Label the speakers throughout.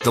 Speaker 1: The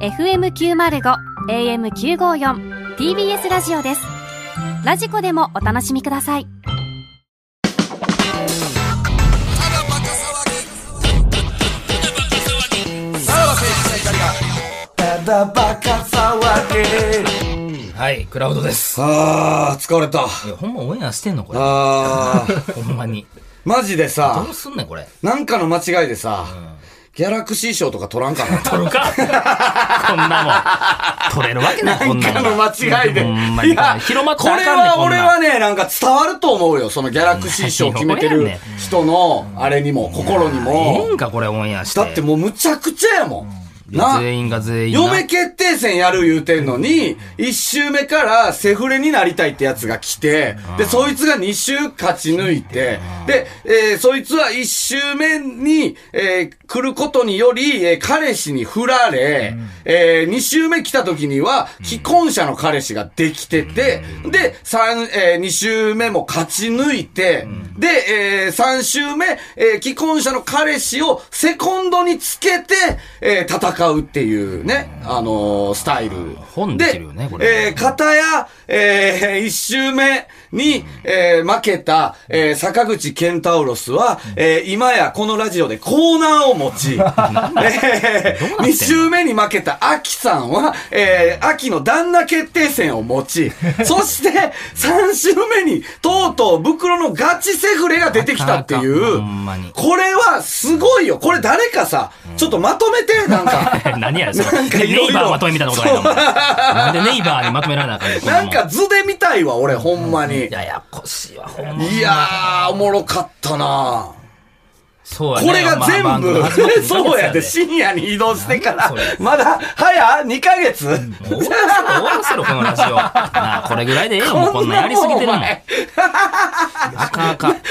Speaker 2: FM905 AM954 TBS ラジオですラジコでもお楽しみください
Speaker 3: はい、クラウドです。
Speaker 4: あー、疲れた。
Speaker 3: いや、ほんまオンエアしてんのこれ。
Speaker 4: あー、
Speaker 3: ほんまに。
Speaker 4: マジでさ
Speaker 3: どう、すんねん、これ。
Speaker 4: なんかの間違いでさ、ギャラクシー賞とか取らんかな。
Speaker 3: 取るかこんなもん。取れるわけない、こんな
Speaker 4: なん
Speaker 3: もん。
Speaker 4: かの間違いで。
Speaker 3: ほんまに。
Speaker 4: いや
Speaker 3: 広まっ
Speaker 4: こ
Speaker 3: たらあ
Speaker 4: れ
Speaker 3: かんねん
Speaker 4: は
Speaker 3: こん
Speaker 4: 俺
Speaker 3: なん
Speaker 4: はね、なんか伝わると思うよ。そのギャラクシー賞決めてる人の、あれにも、心に
Speaker 3: え
Speaker 4: も
Speaker 3: えん。か、これオンエアして。
Speaker 4: だってもうむちゃくちゃやもん。な。
Speaker 3: 全員が全員な。
Speaker 4: 嫁決定戦やる言うてんのに、一周目からセフレになりたいってやつが来て、で、そいつが二周勝ち抜いて、で、えーそいつは一周目に、えー来ることにより、えー彼氏に振られ、えー二周目来た時には、既婚者の彼氏ができてて、で、三、えー二周目も勝ち抜いて、で、えー三周目、えー既婚者の彼氏をセコンドにつけて、えー戦うっていうね、あのースタイル。
Speaker 3: 本できるよねこ
Speaker 4: え
Speaker 3: れ
Speaker 4: ー、片や、えー、 一周目に、えー負けた、えー坂口健太郎は、えー今やこのラジオでコーナーを持 ち、え
Speaker 3: どうなってんの
Speaker 4: ー、二周目に負けた秋さんは、えー、秋の旦那決定戦を持 ち、そして、三周目に、とうとう袋のガチセフレが出てきたってい
Speaker 3: なかな
Speaker 4: う
Speaker 3: かほんまに、
Speaker 4: これはすごいよ。これ誰かさ、ちょっとまとめて、 なんか。
Speaker 3: 何やそれ
Speaker 4: なんかいろいろ
Speaker 3: ネイバーまとめみたいなことないのお前なんでネイバーにまとめられなあかんねんこん
Speaker 4: な
Speaker 3: なも
Speaker 4: んか図で見たいわ、俺、ほんまに。い
Speaker 3: ややこしいわほんまに
Speaker 4: やー、おもろかったな
Speaker 3: そうやね
Speaker 4: これが全
Speaker 3: まあ
Speaker 4: 部
Speaker 3: 番組始まっ、て一ヶ月
Speaker 4: そうやで、
Speaker 3: 終
Speaker 4: 深夜に移動してか
Speaker 3: なん
Speaker 4: ら
Speaker 3: それ、
Speaker 4: まだ、早 ?2 ヶ月
Speaker 3: わらせろ終わらせろこのラジオなあこれぐらいでええよもうこんなんやりすぎてるも
Speaker 4: こんなもん
Speaker 3: ん
Speaker 4: お前
Speaker 3: あかんあかん
Speaker 4: 7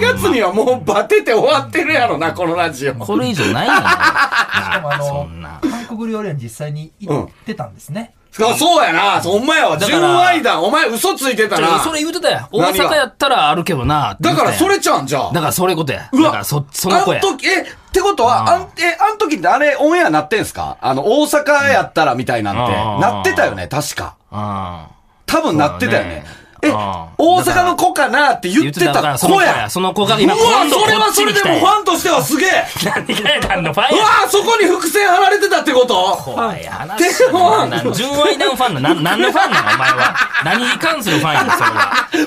Speaker 4: 月にはもうバテて終わってるやろな、このラジオ。
Speaker 3: これ以上ないやんなあ
Speaker 5: あの
Speaker 3: そんな
Speaker 5: 韓国料理屋に実際に行ってたんですね。
Speaker 4: そうそうやな、ほんまやわ、
Speaker 3: だ
Speaker 4: 純
Speaker 3: から
Speaker 4: 愛談、お前嘘ついてた
Speaker 3: ちょ
Speaker 4: な。
Speaker 3: それ言うてたやん大
Speaker 4: 何が
Speaker 3: 阪やったらあるけどなって言
Speaker 4: だ
Speaker 3: う
Speaker 4: か
Speaker 3: てた
Speaker 4: ら
Speaker 3: や
Speaker 4: それ
Speaker 3: ん
Speaker 4: ちゃうんじゃん
Speaker 3: だからそれことや
Speaker 4: うわ
Speaker 3: だからそその子や
Speaker 4: あん時、え、ってことは、あん、え、あん時ってあれオンエアなってんすかあの、大阪やったらみたいなんて、
Speaker 3: うん
Speaker 4: なってたよね、確か。
Speaker 3: うん
Speaker 4: 多分なってたよね。
Speaker 3: そうだね
Speaker 4: え、
Speaker 3: うん
Speaker 4: 大阪の子かなって言って
Speaker 3: だか
Speaker 4: た
Speaker 3: らその
Speaker 4: 子
Speaker 3: 子
Speaker 4: や
Speaker 3: や。その子が
Speaker 4: う
Speaker 3: 今
Speaker 4: わ
Speaker 3: 今、度
Speaker 4: それ
Speaker 3: こ
Speaker 4: は
Speaker 3: っち
Speaker 4: それ
Speaker 3: に
Speaker 4: で
Speaker 3: 来た
Speaker 4: も
Speaker 3: やん
Speaker 4: ファンとしてはすげえ。
Speaker 3: 何がやたんのファン
Speaker 4: う
Speaker 3: や
Speaker 4: わあそこに伏線張られてたってこと
Speaker 3: 怖い話
Speaker 4: でも
Speaker 3: な純愛ダウンファンのな何のファンなのお前は何に関するファンやねんそれは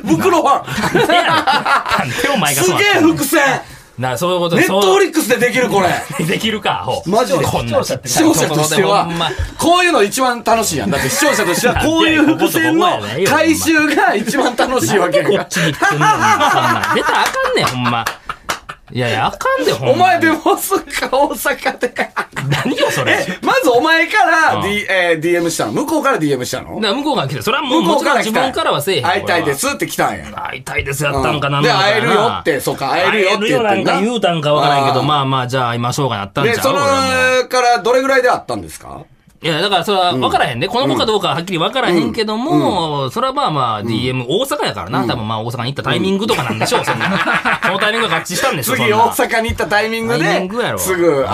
Speaker 4: 袋ファン。
Speaker 3: なんでやねんなんでお前が
Speaker 4: す
Speaker 3: そうな
Speaker 4: げえ
Speaker 3: ん
Speaker 4: 伏線。
Speaker 3: なそういうこと
Speaker 4: ネットフ
Speaker 3: そう
Speaker 4: リックスでできるこれ。
Speaker 3: できるかほう
Speaker 4: マジで
Speaker 3: こんな視
Speaker 4: 視聴者としては
Speaker 3: ほんま、
Speaker 4: こういうの一番楽しいやん。だって視聴者としては、こういう伏線の回収が一番楽しいわけ
Speaker 3: こ
Speaker 4: や
Speaker 3: っちに来てんのにそんなん出たらあかんねんほんまいやいやあかんでほん ま
Speaker 4: お前でも、そっか、大阪でか。
Speaker 3: 何よそれ
Speaker 4: え、まずお前から、
Speaker 3: うん
Speaker 4: D えー DM したの向こうから DM したの
Speaker 3: な向こうが来てそれはもう
Speaker 4: 向
Speaker 3: も
Speaker 4: こ
Speaker 3: ち
Speaker 4: う
Speaker 3: ろ
Speaker 4: か
Speaker 3: ん
Speaker 4: ら
Speaker 3: 自
Speaker 4: 来た
Speaker 3: 分からはせえへん
Speaker 4: 会いたいで
Speaker 3: 俺
Speaker 4: すって来たんや。
Speaker 3: は会いたいですやったんかな
Speaker 4: うん
Speaker 3: なんかや
Speaker 4: で会
Speaker 3: な
Speaker 4: えるよってそうか会えるよって
Speaker 3: 会えるよな
Speaker 4: 言って
Speaker 3: んか
Speaker 4: んな
Speaker 3: 言うたんかわからんけど
Speaker 4: あー
Speaker 3: まあまあじゃあ会いましょうかなったんちゃ
Speaker 4: で、
Speaker 3: う
Speaker 4: その
Speaker 3: 俺も
Speaker 4: からどれぐらいで会ったんですか
Speaker 3: いや、だからそれは分からへんね。この子かどうかははっきり分からへんけども、それはまあまあ DM、大阪やからな。多分まあ大阪に行ったタイミングとかなんでしょう、そんな。 そのタイミングが合致したんですよ、
Speaker 4: 次
Speaker 3: そんな
Speaker 4: 大阪に行ったタイミング
Speaker 3: タイミングやろ
Speaker 4: で、すぐ会って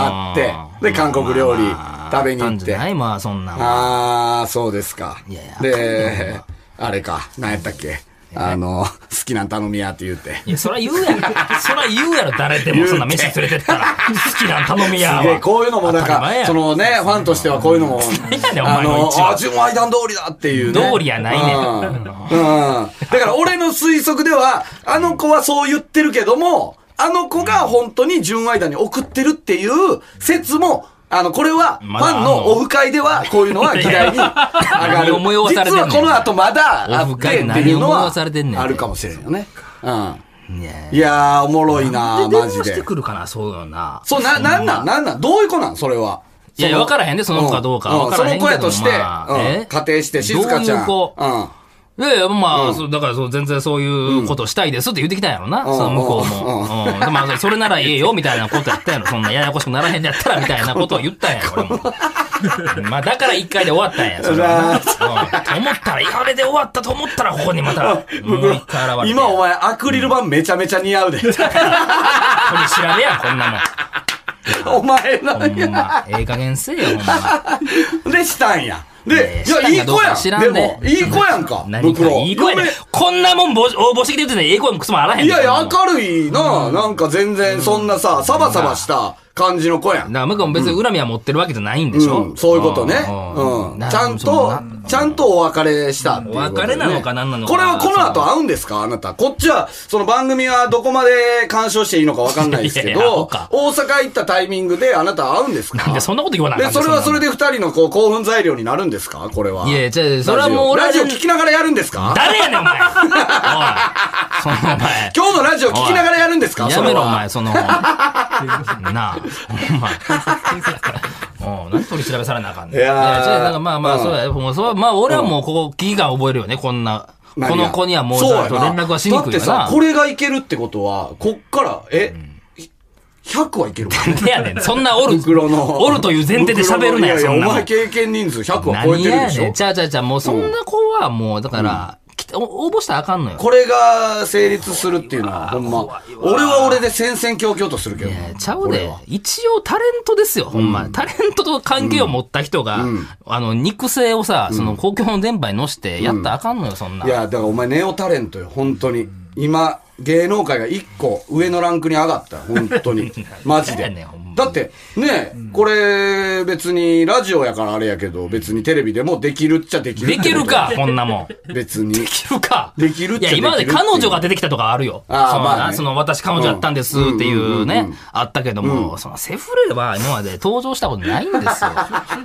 Speaker 3: あ、ー
Speaker 4: で、韓国料理食べに
Speaker 3: あった
Speaker 4: 行
Speaker 3: ん
Speaker 4: っ
Speaker 3: じ
Speaker 4: て
Speaker 3: ゃ。ないまあそんな。
Speaker 4: あー、そうですか
Speaker 3: いやいや。
Speaker 4: で、あれか、何やったっけあの、好きなん頼みやって言って。
Speaker 3: いや、そら言う やろ。そら言うやろ、誰でも。そんな飯連れてったら。好きなん頼みや
Speaker 4: す
Speaker 3: わ。
Speaker 4: げえ、こういうのもなん
Speaker 3: 当たり前
Speaker 4: か
Speaker 3: や、
Speaker 4: そのね、ファンとしてはこういうの も、
Speaker 3: やねんお
Speaker 4: あ
Speaker 3: 前の
Speaker 4: の
Speaker 3: 一、番
Speaker 4: あ、純愛談通りだっていうね。
Speaker 3: 通りやないねん
Speaker 4: うん。うん。だから俺の推測では、あの子はそう言ってるけども、あの子が本当に純愛談に送ってるっていう説も、あの、これは、フ
Speaker 3: まだあん
Speaker 4: ァン
Speaker 3: の
Speaker 4: のオフ会では、こういうのは議題 に上が
Speaker 3: 何
Speaker 4: る。
Speaker 3: を催されて
Speaker 4: 実
Speaker 3: んねん
Speaker 4: はこの後まだあ
Speaker 3: オ
Speaker 4: っ
Speaker 3: フ
Speaker 4: て
Speaker 3: 会
Speaker 4: っていうの
Speaker 3: 何を
Speaker 4: は
Speaker 3: 催されてんねん、
Speaker 4: あるかもしれんよね。うん。
Speaker 3: いや
Speaker 4: いやー、おもろいな
Speaker 3: で、
Speaker 4: ー
Speaker 3: 電
Speaker 4: マ
Speaker 3: 話
Speaker 4: ジ
Speaker 3: して
Speaker 4: で。
Speaker 3: くるかな、そうよな。
Speaker 4: そう、な、なんなんなんなんどういう子なんそれは。
Speaker 3: いやいや、わからへんで、その子かどうか。
Speaker 4: ん
Speaker 3: わからへんけ
Speaker 4: その
Speaker 3: ど
Speaker 4: 子やとして、
Speaker 3: まあ
Speaker 4: うん
Speaker 3: え
Speaker 4: 仮定して、静香ちゃん。
Speaker 3: どういう子
Speaker 4: うん
Speaker 3: いやいや、まあ、そうだからそう、全然そういうことしたいですって言ってきたんやろな、
Speaker 4: ん
Speaker 3: その向こう
Speaker 4: うん
Speaker 3: も。うん。でまあ、それならええよ、みたいなことやったんやろ。そんなややこしくならへんのやったら、みたいなことを言ったんや、俺も。 まあ、だから一回で終わったんや、それはな。うんと思ったら、やれで終わったと思ったら、ここにま た、もう一回現れて。
Speaker 4: 今お前アクリル板めちゃめちゃ似合うで。
Speaker 3: これ調べや、こんなもん。
Speaker 4: お前の
Speaker 3: ほんま、ええ加減せえよ、ほん ま。
Speaker 4: でしたんや。で
Speaker 3: ね、
Speaker 4: いや、いい子や
Speaker 3: 知ら
Speaker 4: ん。
Speaker 3: ん
Speaker 4: で
Speaker 3: ね
Speaker 4: も、いい子やんか。
Speaker 3: 何か
Speaker 4: ブクロ
Speaker 3: いい声で
Speaker 4: 嫁、
Speaker 3: こんなもんぼ応募してきて言ってね、ええ声もクソもあらへん
Speaker 4: いやいや、
Speaker 3: そんなもん
Speaker 4: 明るいな。なんか全然そんなさ、サバサバした感じの子やん。
Speaker 3: だから向こうも別に恨みは持ってるわけじゃないんでしょ、
Speaker 4: うんそういうことね。
Speaker 3: うん
Speaker 4: うん。ちゃん
Speaker 3: そ
Speaker 4: と
Speaker 3: な、
Speaker 4: ちゃんとお別れしたっていうことでね
Speaker 3: お別れなのか何なのか
Speaker 4: これはこの後会うんですかあなた。こっちは、その番組はどこまで干渉していいのかわかんないですけ
Speaker 3: いやいや会お
Speaker 4: ど
Speaker 3: うか、
Speaker 4: 大阪行ったタイミングであなた会うんですか
Speaker 3: なんでそんなこと言わなあか
Speaker 4: で、
Speaker 3: ん
Speaker 4: それはそれ
Speaker 3: で。
Speaker 4: で二人のこう興奮材料になるんですかこれは。
Speaker 3: いやいや違う違うそれはもう俺は
Speaker 4: ラジオラジオ聞きながらやるんですか
Speaker 3: 誰やね ん、お前。おい。そのお前。
Speaker 4: 今日のラジオ聞きながらやるんですか
Speaker 3: やめろ、お前、
Speaker 4: 前。
Speaker 3: その。 なあ、お前。おう何取り調べされなあかんねん。
Speaker 4: いやー
Speaker 3: 違うなんかまあまあ、
Speaker 4: うん
Speaker 3: そうや。もう、そうまあ、俺はもう、ここ、危機感覚えるよね、こんな。
Speaker 4: 何
Speaker 3: こ
Speaker 4: が
Speaker 3: の子にはもう、ち
Speaker 4: そ
Speaker 3: ょ
Speaker 4: や
Speaker 3: っ
Speaker 4: な
Speaker 3: と連絡はしにくいよ
Speaker 4: だっ
Speaker 3: な
Speaker 4: てさ、。これがいけるってことは、こっから、え、100はいけるわ。
Speaker 3: なんでやねん。そんなおる、
Speaker 4: 袋の。
Speaker 3: おるという前提で喋るなよ、
Speaker 4: い
Speaker 3: そ
Speaker 4: やい
Speaker 3: ん
Speaker 4: や、
Speaker 3: な
Speaker 4: お
Speaker 3: もん
Speaker 4: 前経験人数100は超え
Speaker 3: 何
Speaker 4: てるで
Speaker 3: や
Speaker 4: し
Speaker 3: ねん。
Speaker 4: ょ。
Speaker 3: ちゃうちゃうちゃう、もうそんな子はもう、だから、来てお応募したらあかんのよ。
Speaker 4: これが成立するっていうのは、ほんま。俺は俺で戦々恐々とするけど
Speaker 3: い
Speaker 4: な
Speaker 3: や。ちゃう
Speaker 4: 俺
Speaker 3: で
Speaker 4: は。
Speaker 3: 一応タレントですよ、ほんま。タレントと関係を持った人が、あの、肉声をさ、その公共の電波に乗して、やったらあかんのよ、そんな。
Speaker 4: いや、だからお前ネオタレントよ、本当に。今、芸能界が一個上のランクに上がったよ、本当 に。マジ
Speaker 3: なんやね
Speaker 4: で
Speaker 3: んほんま。に
Speaker 4: だって、ね、これ、別に、ラジオやからあれやけど、別にテレビでもできるっちゃできる。
Speaker 3: できる か、こんなもん。で
Speaker 4: 別に。
Speaker 3: きるか。
Speaker 4: できるっちゃ
Speaker 3: いや、今ま
Speaker 4: で
Speaker 3: で
Speaker 4: きるってい
Speaker 3: 彼
Speaker 4: う
Speaker 3: 女が出てきたとかあるよ。
Speaker 4: あー
Speaker 3: そのな
Speaker 4: まあね
Speaker 3: その、私彼女やったんですっていうね、あったけども、その、セフレは今まで登場したことないんですよ。
Speaker 5: 正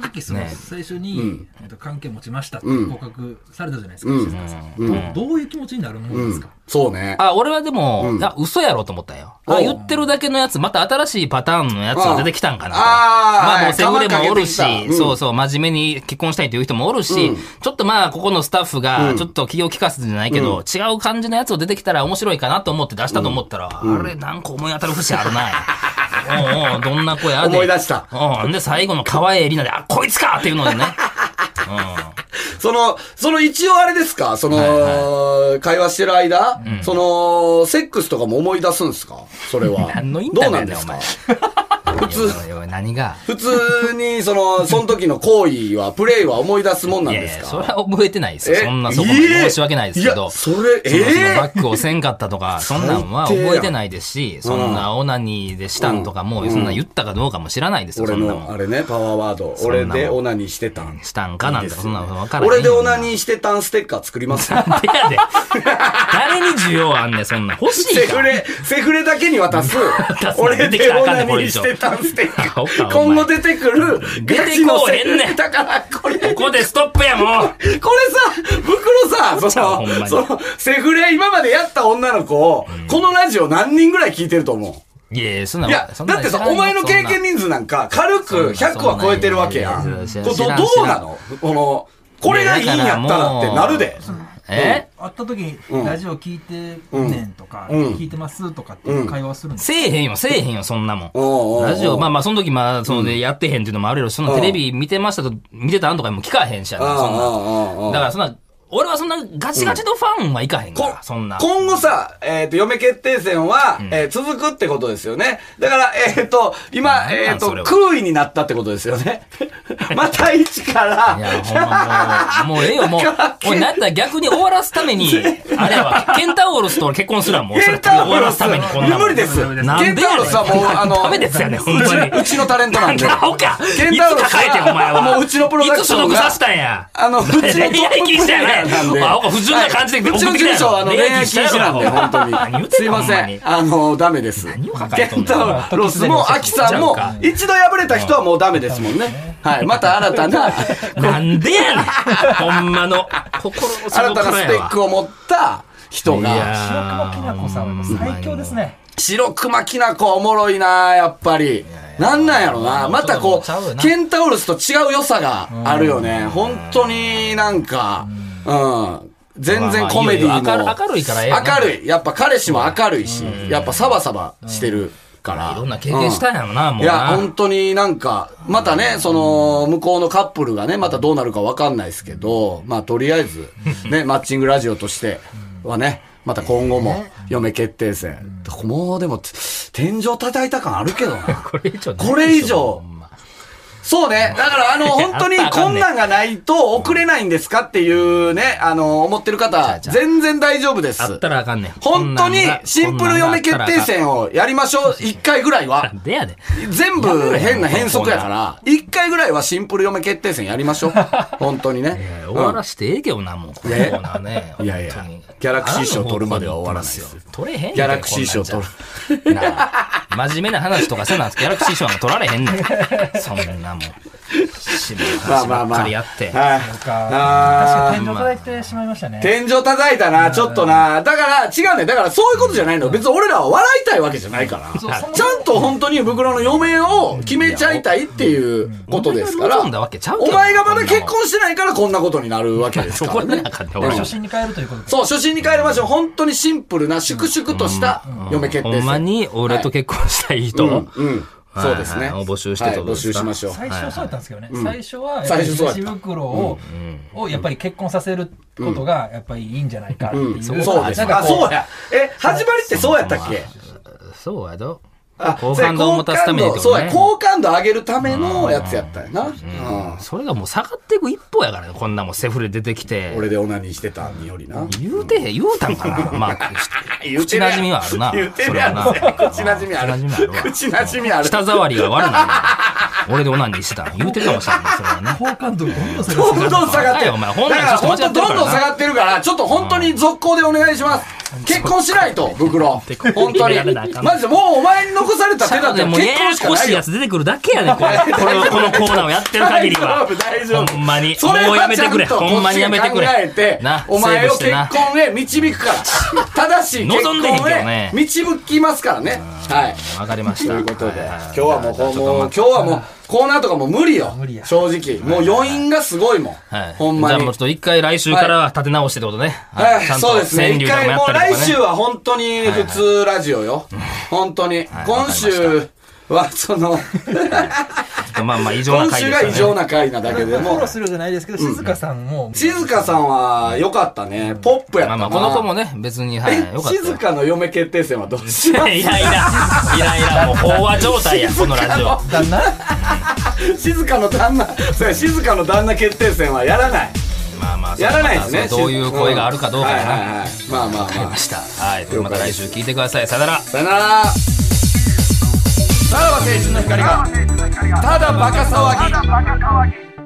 Speaker 5: 直その
Speaker 3: ね
Speaker 5: 最初に、えっと関係持ちましたって告白されたじゃないですか、静香さんどういう気持ちになるもんですか、
Speaker 4: そうね。
Speaker 3: あ、俺はでも、あ、嘘やろと思ったよ。
Speaker 4: お
Speaker 3: あ、
Speaker 4: う
Speaker 3: 言ってるだけのやつ、また新しいパターンのやつが出てきたんかな。
Speaker 4: ああ
Speaker 3: まあも
Speaker 4: は
Speaker 3: う
Speaker 4: い
Speaker 3: セフレもおるし
Speaker 4: 皮かけてき、たうん
Speaker 3: そうそう、真面目に結婚したいという人もおるし、ちょっとまあ、ここのスタッフが、ちょっと気を利かせてじゃないけど、違う感じのやつを出てきたら面白いかなと思って出したと思ったら、あれ、なんか思い当たる節ある な。おうおうどんな子やで。
Speaker 4: 思い出した
Speaker 3: うん。で、最後の可愛いエリナで、あ、こいつかっていうのでね。
Speaker 4: その、その一応あれですかその、会話してる間、その、セックスとかも思い出すんですかそれは。
Speaker 3: 何のイン
Speaker 4: ど
Speaker 3: タ
Speaker 4: う
Speaker 3: ビ
Speaker 4: な
Speaker 3: ュー
Speaker 4: ん
Speaker 3: だ
Speaker 4: で
Speaker 3: よ、
Speaker 4: す
Speaker 3: お
Speaker 4: か
Speaker 3: 前。
Speaker 4: 普通、
Speaker 3: おいおい何が。
Speaker 4: 普通に、その、その時の行為は、プレイは思い出すもんなん
Speaker 3: いやい
Speaker 4: で
Speaker 3: や
Speaker 4: す
Speaker 3: そ
Speaker 4: か
Speaker 3: れは覚えてないですよ。
Speaker 4: え
Speaker 3: そんな、そこま
Speaker 4: い
Speaker 3: で
Speaker 4: え
Speaker 3: 申し訳ないですけ
Speaker 4: いや
Speaker 3: ど。
Speaker 4: それえ
Speaker 3: そのその
Speaker 4: え
Speaker 3: バックをせんかったとか、そんなんは
Speaker 4: 最低やん
Speaker 3: 覚えてないですし、そんなオナニーでしたんとか、もうそんな言ったかどうかも知らないですよ、そ
Speaker 4: 俺
Speaker 3: んなも
Speaker 4: の、あ
Speaker 3: ん。
Speaker 4: れね、パワーワード。
Speaker 3: そんな
Speaker 4: 俺
Speaker 3: もん
Speaker 4: でオナニーしてたん。
Speaker 3: したんかなんとか、そんなの分からない。
Speaker 4: 俺でオナニ
Speaker 3: ー。
Speaker 4: ーしてたんステッカー作ります よ
Speaker 3: やで。誰に需要あんねん、そんなん。欲し
Speaker 4: セ
Speaker 3: い
Speaker 4: フ
Speaker 3: か。
Speaker 4: レ、セフレだけに渡す
Speaker 3: 渡。す
Speaker 4: 俺でオナニーしてたんステッ カー。今後出てくる、ガチのセフレだから、これ。
Speaker 3: ここでストップや、もう。
Speaker 4: これさ、袋さ、
Speaker 3: ちゃうほんま
Speaker 4: その、
Speaker 3: に
Speaker 4: その、セフレ今までやった女の子を、このラジオ何人ぐらい聞いてると思う
Speaker 3: いやいや、そんなん。
Speaker 4: いや
Speaker 3: そ、んなん
Speaker 4: だって
Speaker 3: 知
Speaker 4: さ、
Speaker 3: らん
Speaker 4: お前の経
Speaker 3: そん
Speaker 4: 験
Speaker 3: な
Speaker 4: 人数なんか、軽く
Speaker 3: そんな
Speaker 4: 100は超えてるわけや
Speaker 3: そんなんいやいや
Speaker 4: ん。
Speaker 3: い
Speaker 4: これど
Speaker 3: や知らん
Speaker 4: ど
Speaker 3: 知
Speaker 4: う
Speaker 3: らん
Speaker 4: なのこの、これがいいんやったらってなるで。
Speaker 3: え
Speaker 5: 会った時に、
Speaker 4: ん
Speaker 5: ラジオ聞いてねんとか、
Speaker 4: うん
Speaker 5: 聞いてますとかっていう会話をするんです
Speaker 3: せえへんよ、せえへんよ、そんなもん。
Speaker 4: おうおうおう
Speaker 3: ラジオ、まあまあ、その時、まあ、そので、やってへんっていうのもあるやろし、そのテレビ見てましたと、見てたんとかも聞かへんしや
Speaker 4: あ
Speaker 3: な、
Speaker 4: あ
Speaker 3: そんな。
Speaker 4: ああああ
Speaker 3: だから、そんな、俺はそんなガチガチのファンはいかへんか
Speaker 4: こ
Speaker 3: ら、そんな。
Speaker 4: 今後さ、えっ、と、嫁決定戦は、えー続くってことですよね。だから、えっ、と、今、
Speaker 3: なんなん
Speaker 4: えっ、と
Speaker 3: それ、は
Speaker 4: 空位になったってことですよね。 また一から。
Speaker 3: いや、ほんまもう、もうええ よ、もう。俺、なんだ逆に終わらすために、あれやわ、ケンタウロスと俺結婚すらもう、そ
Speaker 4: ケ
Speaker 3: れ
Speaker 4: ンタ
Speaker 3: 終
Speaker 4: ウ
Speaker 3: わ
Speaker 4: ロ
Speaker 3: ら
Speaker 4: ス
Speaker 3: すためにこんなもん。
Speaker 4: 無理です。
Speaker 3: なん
Speaker 4: ケン
Speaker 3: でやねん
Speaker 4: タウロスはもう、あの、
Speaker 3: ダメですよね、ほん
Speaker 4: う
Speaker 3: ま
Speaker 4: ち
Speaker 3: に。
Speaker 4: うちのタレントなんで。
Speaker 3: アホか
Speaker 4: ケンタウロス
Speaker 3: いつ抱えてんお前は。
Speaker 4: もううちのプロダクションが
Speaker 3: いつ所属させたんや。
Speaker 4: あの、うちのトッププレ
Speaker 3: 恋愛禁止や
Speaker 4: イヤーなんで。
Speaker 3: ね。アホか、不純な感じで
Speaker 4: はいうちの
Speaker 3: 送っ
Speaker 4: 事
Speaker 3: てき
Speaker 4: 務所
Speaker 3: たやろ
Speaker 4: は、あの、恋愛禁止なんで、本
Speaker 3: 何
Speaker 4: 当
Speaker 3: 言う
Speaker 4: に。
Speaker 3: てんの
Speaker 4: すいませ
Speaker 3: ほんまに
Speaker 4: ん。あの、ダメです。
Speaker 3: 何を抱
Speaker 4: ケ
Speaker 3: えとん
Speaker 4: ン
Speaker 3: ねん
Speaker 4: タウロスも、アキさんも、一度敗れた人はもうダメですもんね。はい。また新たな、
Speaker 3: なんでやねん。ほんまの。心の
Speaker 4: 新
Speaker 3: 底
Speaker 4: たな
Speaker 3: から
Speaker 4: ス
Speaker 3: や
Speaker 4: ペ
Speaker 3: わ
Speaker 4: ックを持った人
Speaker 3: い
Speaker 4: が、
Speaker 3: や
Speaker 5: 白熊きなこさんは最強ですね
Speaker 4: 白熊きなこおもろいなやっぱり。なんなんやろな。またこ
Speaker 3: ちゃうよ
Speaker 4: う、
Speaker 3: な
Speaker 4: ケンタウルスと違う良さがあるよね。本当になんか、うん。全然コメディー
Speaker 3: まあまあいいよ
Speaker 4: も。
Speaker 3: 明る明るいからええよな
Speaker 4: 明るい。やっぱ彼氏も明るいし、やっぱサバサバしてるから。
Speaker 3: いろんな経験したんやろな、もう
Speaker 4: いや、
Speaker 3: な。
Speaker 4: 本当になんか、またね、その、向こうのカップルがね、またどうなるかわかんないですけど、まあ、とりあえず、 ね、マッチングラジオとしてはね、また今後も、嫁決定戦。もう、でも、天井叩いた感あるけどな。
Speaker 3: これ以上ないでしょ。
Speaker 4: これ以上
Speaker 3: ほんま
Speaker 4: そうね。だから、あの、本当に
Speaker 3: あった
Speaker 4: こ
Speaker 3: らあかん
Speaker 4: ん
Speaker 3: ね
Speaker 4: なんがないと送れないんですかっていうね、あの、思ってる方、
Speaker 3: ちゃう
Speaker 4: 全然大丈夫です。
Speaker 3: あったらあかんねん。
Speaker 4: 本当にシンプル嫁決定戦をやりましょう。一回ぐらいは
Speaker 3: な。んでやで。
Speaker 4: 全部変な変則やから、一回ぐらいはシンプル嫁決定戦やりま しょう。本当にね。
Speaker 3: いや終わらしてええけどな、もう。このコーナーね。
Speaker 4: いやいや
Speaker 3: 本当に
Speaker 4: ギャラクシー賞取るまでは終わらないですよ
Speaker 3: 取れへんねん
Speaker 4: ギャラクシー賞取る。
Speaker 3: る。なあ真面目な話とかせな、ギャラクシー賞なんか取られへんねん。そんなもん。渋い
Speaker 4: まあ
Speaker 3: 話
Speaker 4: まあ
Speaker 3: ばっ
Speaker 4: まあ。
Speaker 3: か
Speaker 4: は
Speaker 3: り
Speaker 4: い。
Speaker 3: やって。
Speaker 5: 確
Speaker 4: あ
Speaker 5: か
Speaker 4: ー
Speaker 5: に天井叩いてしまいましたね。
Speaker 4: 天井叩いたな、ちょっとな。だから、違うね。だから、そういうことじゃないの。別に俺らは笑いたいわけじゃないから。
Speaker 5: そうそも
Speaker 4: ちゃんと本当に袋の嫁を決めちゃいたいっていうことですから。
Speaker 3: お前が望んだわけちゃうけ
Speaker 4: お
Speaker 3: ど
Speaker 4: 前がまだ結婚してないからこんなことになるわけです
Speaker 3: そ
Speaker 4: か
Speaker 3: こ
Speaker 4: ら
Speaker 3: はな
Speaker 4: ね
Speaker 3: ん。かった
Speaker 5: そ
Speaker 3: 俺
Speaker 5: れ
Speaker 3: も
Speaker 5: 初。心に帰るということです。
Speaker 4: そう、初心に帰りましょう。本当にシンプルな、粛々とした嫁決定
Speaker 3: ほ
Speaker 4: 戦。
Speaker 3: んまに俺と結婚したい人、
Speaker 4: うんうんそうですね。
Speaker 3: はいはい募集してってこと
Speaker 4: はい
Speaker 3: で
Speaker 4: 募集
Speaker 3: すか
Speaker 4: しましょう。
Speaker 5: 最初はそうやったんですけどね。最初は、
Speaker 4: 最初そうやった
Speaker 5: 西袋を、をやっぱり結婚させることが、やっぱりいいんじゃないかっていう。
Speaker 4: うん、
Speaker 5: な
Speaker 4: そ
Speaker 5: んか
Speaker 4: うです。あ、
Speaker 5: こ
Speaker 4: そうや。え、始まりってそうやったっけ
Speaker 3: そうやど。
Speaker 4: あ
Speaker 3: 好感度を持たすためにってこ
Speaker 4: そ
Speaker 3: と
Speaker 4: う
Speaker 3: ね
Speaker 4: や、好感度上げるためのやつやったよな。うん
Speaker 3: それがもう下がっていく一方やからね、こんなもんセフレ出てきて。
Speaker 4: 俺でオナニーしてたによりな。
Speaker 3: 言うてへん、言うたんかな。 まあ、
Speaker 4: 言う
Speaker 3: 口
Speaker 4: てるや
Speaker 3: なんじみはあるな。
Speaker 4: 言うて
Speaker 3: そ
Speaker 4: る
Speaker 3: れ
Speaker 4: や
Speaker 3: は
Speaker 4: ん
Speaker 3: な。
Speaker 4: 口なじみある
Speaker 3: 口なじみあるわ。
Speaker 4: 口なじみある
Speaker 3: 舌触りが悪いな。俺でオナニーしてたん言うてるかもしれない。それはね。
Speaker 5: 好感度どんどん下が
Speaker 4: ど
Speaker 5: っ
Speaker 4: ん
Speaker 5: て
Speaker 4: ど
Speaker 5: る
Speaker 4: ん下がってる。
Speaker 3: お前
Speaker 4: だ
Speaker 3: 本来
Speaker 4: から
Speaker 3: ちょ
Speaker 4: 本
Speaker 3: っと間違
Speaker 4: 当
Speaker 3: って
Speaker 4: ど
Speaker 3: るからなん
Speaker 4: どん下がってるから、ちょっと本当に続行でお願いします。結婚しないと、袋。本当に
Speaker 3: やめなあか。ん
Speaker 4: マジでもうお前に残された手だって結
Speaker 3: でもうや
Speaker 4: 婚
Speaker 3: や
Speaker 4: しか
Speaker 3: こ
Speaker 4: な
Speaker 3: し
Speaker 4: い
Speaker 3: い
Speaker 4: よ
Speaker 3: や。つ出てくるだけやねん、これ。 これこのコーナーをやってる限り
Speaker 4: 大
Speaker 3: は。
Speaker 4: 丈夫大丈夫
Speaker 3: ほんまに。
Speaker 4: それ
Speaker 3: もうや
Speaker 4: は
Speaker 3: め
Speaker 4: ち
Speaker 3: て
Speaker 4: ゃん
Speaker 3: くれ。
Speaker 4: と
Speaker 3: ほんまにやめてくれ
Speaker 4: こっちに考えて。
Speaker 3: な、
Speaker 4: お前を
Speaker 3: セーブして
Speaker 4: 結
Speaker 3: な。
Speaker 4: 婚へ導くから。 正しい結
Speaker 3: 望んでへん
Speaker 4: 婚
Speaker 3: けど
Speaker 4: へ
Speaker 3: ね
Speaker 4: 導きますからね。はい。
Speaker 3: わかりまし
Speaker 4: と
Speaker 3: た。
Speaker 4: いうことで、
Speaker 3: は
Speaker 4: 今日
Speaker 3: い
Speaker 4: はもうこう、
Speaker 3: じゃあちょっ
Speaker 4: もう今
Speaker 3: とま
Speaker 4: 日はもう、コーナーとかもう無理よ
Speaker 5: 無理。や
Speaker 4: 正直。もう余韻がすごいもん
Speaker 3: はい。。
Speaker 4: ほんま
Speaker 3: じゃ
Speaker 4: に
Speaker 3: あもうちょ。っと一回来週からは立て直してってことね。
Speaker 4: は
Speaker 3: はい
Speaker 4: い
Speaker 3: ちゃんと
Speaker 4: そうですね。
Speaker 3: 川
Speaker 4: 一
Speaker 3: 柳とか
Speaker 4: 回、
Speaker 3: や
Speaker 4: も
Speaker 3: っ
Speaker 4: う
Speaker 3: た
Speaker 4: 来
Speaker 3: りとかね
Speaker 4: 週は本当に普通ラジオよ。本当に。
Speaker 3: い
Speaker 4: 今週は、その、
Speaker 3: まあまあ異常な
Speaker 4: 今
Speaker 3: 回
Speaker 4: 週
Speaker 3: で
Speaker 4: が異
Speaker 3: すよ
Speaker 4: 常
Speaker 3: ね。
Speaker 4: な回なだけ
Speaker 5: フ
Speaker 4: で
Speaker 5: ォ
Speaker 4: も
Speaker 5: ロー、するじゃないですけど、静香さんも。
Speaker 4: 静香さんは良かったね。ポップやっ
Speaker 3: まあ
Speaker 4: た
Speaker 3: ま
Speaker 4: な。
Speaker 3: あこの子もね、別に、はい、よかったよ。
Speaker 4: 静香の嫁決定戦はどう しま
Speaker 3: いやいや、いやいや、もう飽和状態や、このラジオ。
Speaker 5: だな。
Speaker 4: す静香の旦那、 そうや静香の旦那決定戦はやらない。
Speaker 3: まあまあ、
Speaker 4: やらないですね。
Speaker 3: どういう声があるかどうか
Speaker 4: はいはい
Speaker 3: な。
Speaker 4: はい。まあまあ
Speaker 3: わかり
Speaker 4: まあ
Speaker 3: ま。した。はい、また来週聞いてください。さよなら。
Speaker 4: さよならさらば青春の光がただバカ騒ぎ